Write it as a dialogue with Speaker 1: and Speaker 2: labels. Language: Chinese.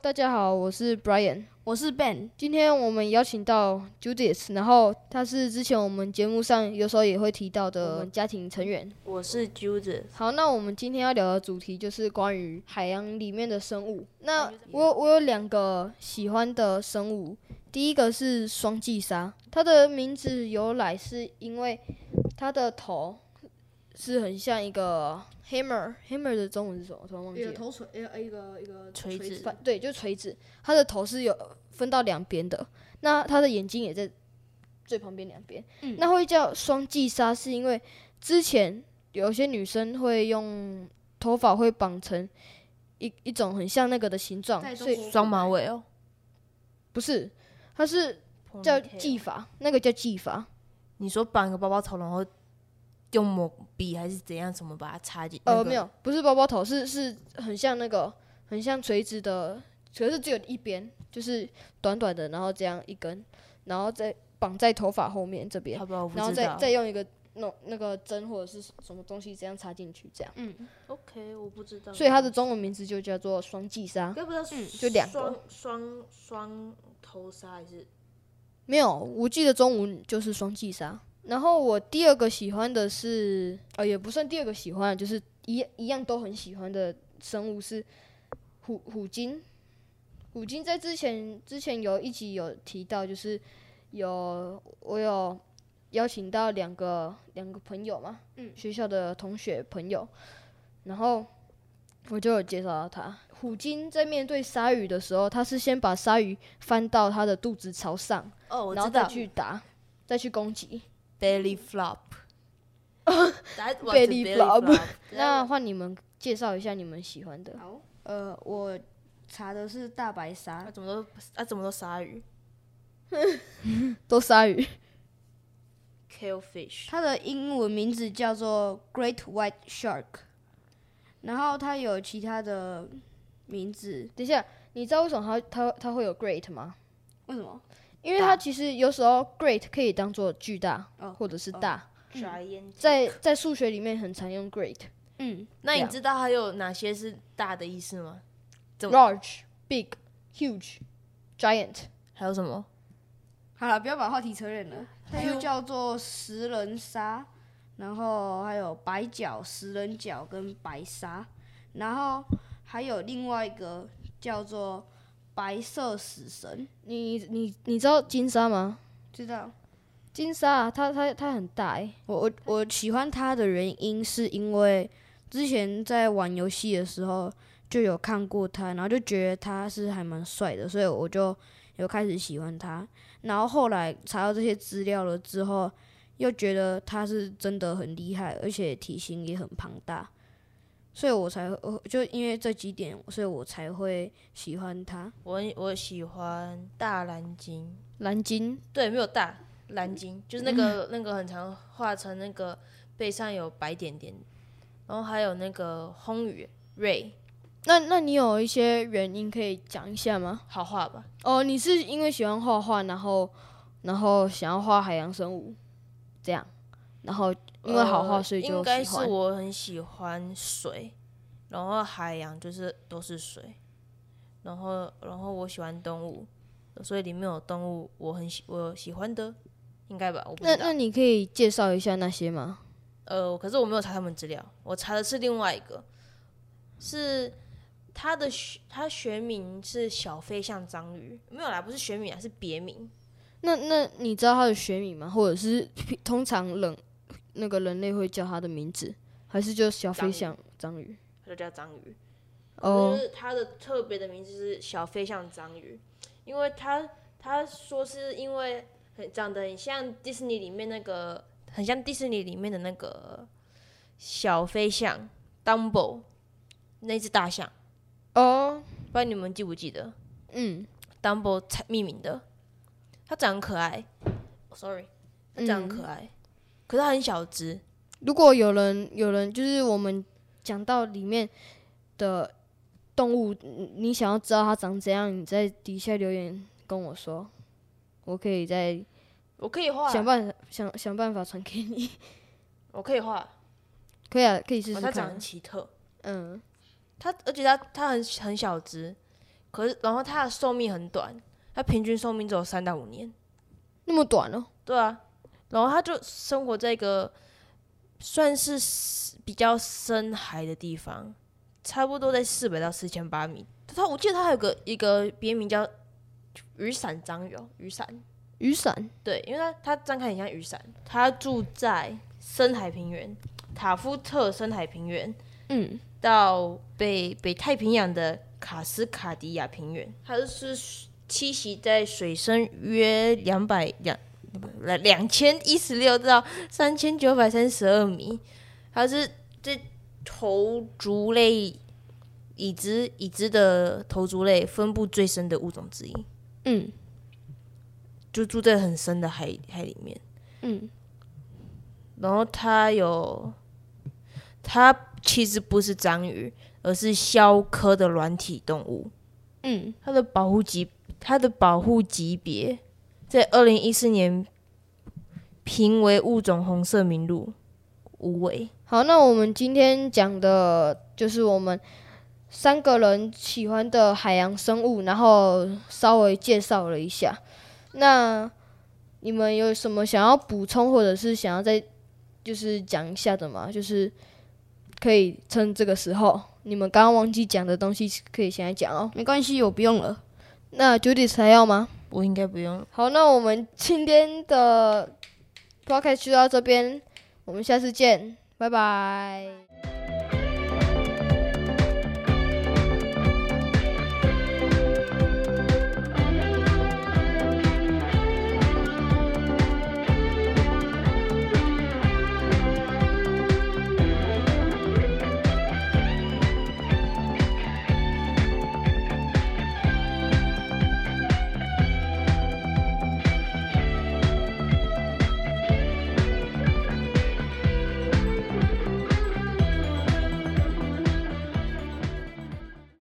Speaker 1: 大家好，我是 Brian。
Speaker 2: 我是 Ben，
Speaker 1: 今天我们邀请到 Judith，然后她是之前我们节目上有时候也会提到的家庭成员。
Speaker 2: 我是 Judith。
Speaker 1: 好，那我们今天要聊的主题就是关于海洋里面的生物。那我有我有两个喜欢的生物，第一个是双髻鲨，它的名字由来是因为它的头是很像一个 hammer，hammer 的中文是什么？我突然忘
Speaker 3: 一
Speaker 1: 记
Speaker 3: 个
Speaker 1: 了。
Speaker 3: 头锤，一个一个一个
Speaker 2: 锤
Speaker 3: 子
Speaker 2: 子
Speaker 1: 反对，就是锤子，它的头是有分到两边的，那它的眼睛也在最旁边两边。
Speaker 2: 嗯
Speaker 1: 那会叫双髻鲨，是因为之前有些女生会用头发会绑成一一种很像那个的形状
Speaker 3: 在，中
Speaker 1: 所以
Speaker 3: 国
Speaker 2: 双马尾哦，
Speaker 1: 不是，它是叫技法，那个叫技法。
Speaker 2: 你说绑一个包包头，然后用抹笔还是怎样，怎么把它插进？
Speaker 1: 呃，
Speaker 2: 那个
Speaker 1: 没有，不是包包头，是是很像那个很像垂直的，可是只有一边，就是短短的，然后这样一根，然后再绑在头发后面这边。
Speaker 2: 好吧，我不
Speaker 1: 然后
Speaker 2: 知
Speaker 1: 再
Speaker 2: 道
Speaker 1: 再用一个弄那个针或者是什么东西这样插进去，这样。
Speaker 2: 嗯
Speaker 4: OK，我不知道。
Speaker 1: 所以它的中文名字就叫做双髻鲨。
Speaker 4: 该不要
Speaker 1: 就两个
Speaker 4: 双双双头鲨还是
Speaker 1: 没有，我记得中文就是双髻鲨。然后我第二个喜欢的是，呃，也不算第二个喜欢，就是一一样都很喜欢的生物是虎虎鲸。虎鲸在之前之前有一集有提到，就是有我有邀请到两个两个朋友嘛，嗯，学校的同学朋友，然后我就有介绍到它。虎鲸在面对鲨鱼的时候，它是先把鲨鱼翻到它的肚子朝上，
Speaker 2: 哦，我
Speaker 1: 然
Speaker 2: 知
Speaker 1: 后再
Speaker 2: 道
Speaker 1: 去打，再去攻击。
Speaker 2: belly flop。That was a
Speaker 1: Belly flop
Speaker 2: flop
Speaker 1: 那换你们介绍一下你们喜欢的。
Speaker 3: 好，呃，我查的是大白鲨
Speaker 2: 啊，，怎么都啊，怎么都鲨鱼
Speaker 1: 都鲨鱼，
Speaker 2: ，killfish。
Speaker 3: 它的英文名字叫做 Great White Shark，然后它有其他的名字，
Speaker 1: 等一下，你知道为什么它它它会有 great 吗？
Speaker 3: 为什么？
Speaker 1: 因为它其实有时候 great 可以当做巨大
Speaker 3: 哦
Speaker 1: 或者是大，
Speaker 2: 嗯
Speaker 4: 傻眼？
Speaker 1: 在在数学里面很常用 great、
Speaker 3: 嗯，
Speaker 2: 那你
Speaker 1: 两
Speaker 2: 知道还有哪些是大的意思吗？怎么
Speaker 1: large、big、huge、giant。
Speaker 2: 还有什么？
Speaker 3: 好了，不要把话题扯远了。它又叫做食人鲨，然后还有白脚、食人脚跟白鲨，然后还有另外一个叫做白色死神，
Speaker 1: 你你你知道金鲨吗？
Speaker 3: 知道？
Speaker 1: 金鲨、啊、它它它很大哎、
Speaker 3: 我我我喜欢它的原因是因为之前在玩游戏的时候就有看过它，然后就觉得它是还蛮帅的，所以我就有开始喜欢它。然后后来查到这些资料了之后，又觉得它是真的很厉害，而且体型也很庞大，所以我才会我就因为这几点，所以我才会喜欢它。
Speaker 2: 我我喜欢大蓝鲸，
Speaker 1: 蓝鲸
Speaker 2: 对，没有大蓝
Speaker 1: 嗯
Speaker 2: 鲸，就是 那个、那个很常画成那个背上有白点点，然后还有那个红鱼 ray，
Speaker 1: 那那你有一些原因可以讲一下吗？
Speaker 2: 好画吧？
Speaker 1: 哦，你是因为喜欢画画，然后然后想要画海洋生物，这样，然后因为好画，
Speaker 2: 呃
Speaker 1: 所以就
Speaker 2: 应该
Speaker 1: 喜
Speaker 2: 是
Speaker 1: 欢
Speaker 2: 我很喜欢水，然后海洋就是都是水，然后然后我喜欢动物，所以里面有动物，我很喜我喜欢的，应该吧？我不
Speaker 1: 那
Speaker 2: 知道
Speaker 1: 那。你可以介绍一下那些吗？
Speaker 2: 呃，可是我没有查他们资料，我查的是另外一个，是他的学他学名是小飞象章鱼，没有啦，不是学名啊，是别名。
Speaker 1: 那那你知道它的学名吗？或者是通常人那个人类会叫它的名字，还是就小飞象章鱼？
Speaker 2: 它就叫章鱼。
Speaker 1: 哦
Speaker 2: 就是它的特别的名字是小飞象章鱼，因为它它说是因为很长得很像迪士尼里面那个，很像迪士尼里面的那个小飞象 Dumbo 那只大象，
Speaker 1: 哦，
Speaker 2: 不知道你们记不记得
Speaker 1: 嗯，
Speaker 2: Dumbo 才命名的，它长得很可爱、s o r r y 它长得很可爱，可是它很小只，
Speaker 1: 如果有人有人就是我们讲到里面的动物，你你想要知道它长怎样，你在底下留言跟我说，我可以在。
Speaker 2: 我可以画，
Speaker 1: 想办法想想办法传给你，
Speaker 2: 我可以画，哦
Speaker 1: 可以啊，可以试试
Speaker 2: 它长得
Speaker 1: 看
Speaker 2: 很。奇特，
Speaker 1: 嗯，
Speaker 2: 它而且它它很很小只，可是然后它的寿命很短，它平均寿命只有三到五年。
Speaker 1: 那么短哦，
Speaker 2: 对啊，然后他就生活在一个算是 s- 比较深海的地方，差不多在四百到四千八米。他我记得他还有个一个别名叫雨伞章鱼哦，雨伞。
Speaker 1: 雨伞
Speaker 2: 对，因为它它张开很像雨伞。它住在深海平原，塔夫特深海平原，
Speaker 1: 嗯，
Speaker 2: 到北北太平洋的卡斯卡迪亚平原，它就是栖息在水深约两百两来两千一十六到三千九百三十二米，它是这头足类已知已知的头足类分布最深的物种之一。
Speaker 1: 嗯，
Speaker 2: 就住在很深的海海里面。
Speaker 1: 嗯，
Speaker 2: 然后它有，它其实不是章鱼，而是鸮科的软体动物。
Speaker 1: 嗯，
Speaker 2: 它的保护级，它的保护级别在二零一四年评为物种红色名录，无尾。
Speaker 1: 好，那我们今天讲的就是我们三个人喜欢的海洋生物，然后稍微介绍了一下。那你们有什么想要补充，或者是想要再就是讲一下的吗？就是可以趁这个时候，你们刚刚忘记讲的东西，可以现在讲哦。
Speaker 3: 没关系，我不用了。
Speaker 1: 那 Judith 还要吗？
Speaker 2: 我应该不用。
Speaker 1: 好，那我们今天的 podcast 就到这边，我们下次见，拜拜。